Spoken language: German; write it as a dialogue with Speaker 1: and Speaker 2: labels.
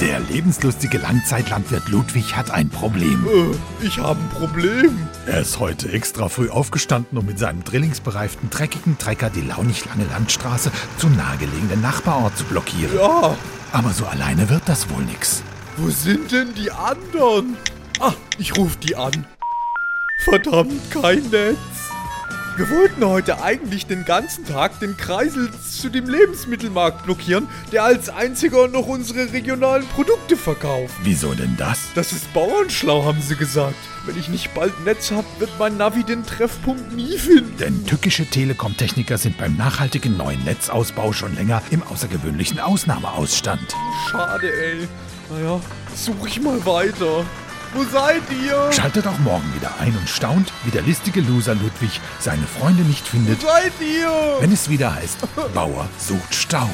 Speaker 1: Der lebenslustige Langzeitlandwirt Ludwig hat ein Problem.
Speaker 2: Äh, ich habe ein Problem.
Speaker 1: Er ist heute extra früh aufgestanden, um mit seinem drillingsbereiften, dreckigen Trecker die launig lange Landstraße zum nahegelegenen Nachbarort zu blockieren.
Speaker 2: Ja,
Speaker 1: Aber so alleine wird das wohl nix.
Speaker 2: Ah, wo sind denn die anderen? Ah, ich rufe die an. Verdammt, kein Netz. Wir wollten heute eigentlich den ganzen Tag den Kreisel zu dem Lebensmittelmarkt blockieren, der als einziger noch unsere regionalen Produkte verkauft.
Speaker 1: Wieso denn das?
Speaker 2: Das ist bauernschlau, haben sie gesagt. Wenn ich nicht bald Netz hab, wird mein Navi den Treffpunkt nie finden.
Speaker 1: Denn tückische Telekom-Techniker sind beim nachhaltigen neuen Netzausbau schon länger im außergewöhnlichen Ausnahmeausstand.
Speaker 2: Schade, ey. Naja, such ich mal weiter. Wo seid ihr?
Speaker 1: Schaltet auch morgen wieder ein und staunt, wie der listige Loser Ludwig seine Freunde nicht
Speaker 2: Wo
Speaker 1: findet,
Speaker 2: seid ihr?
Speaker 1: wenn es wieder heißt, Bauer sucht Stau.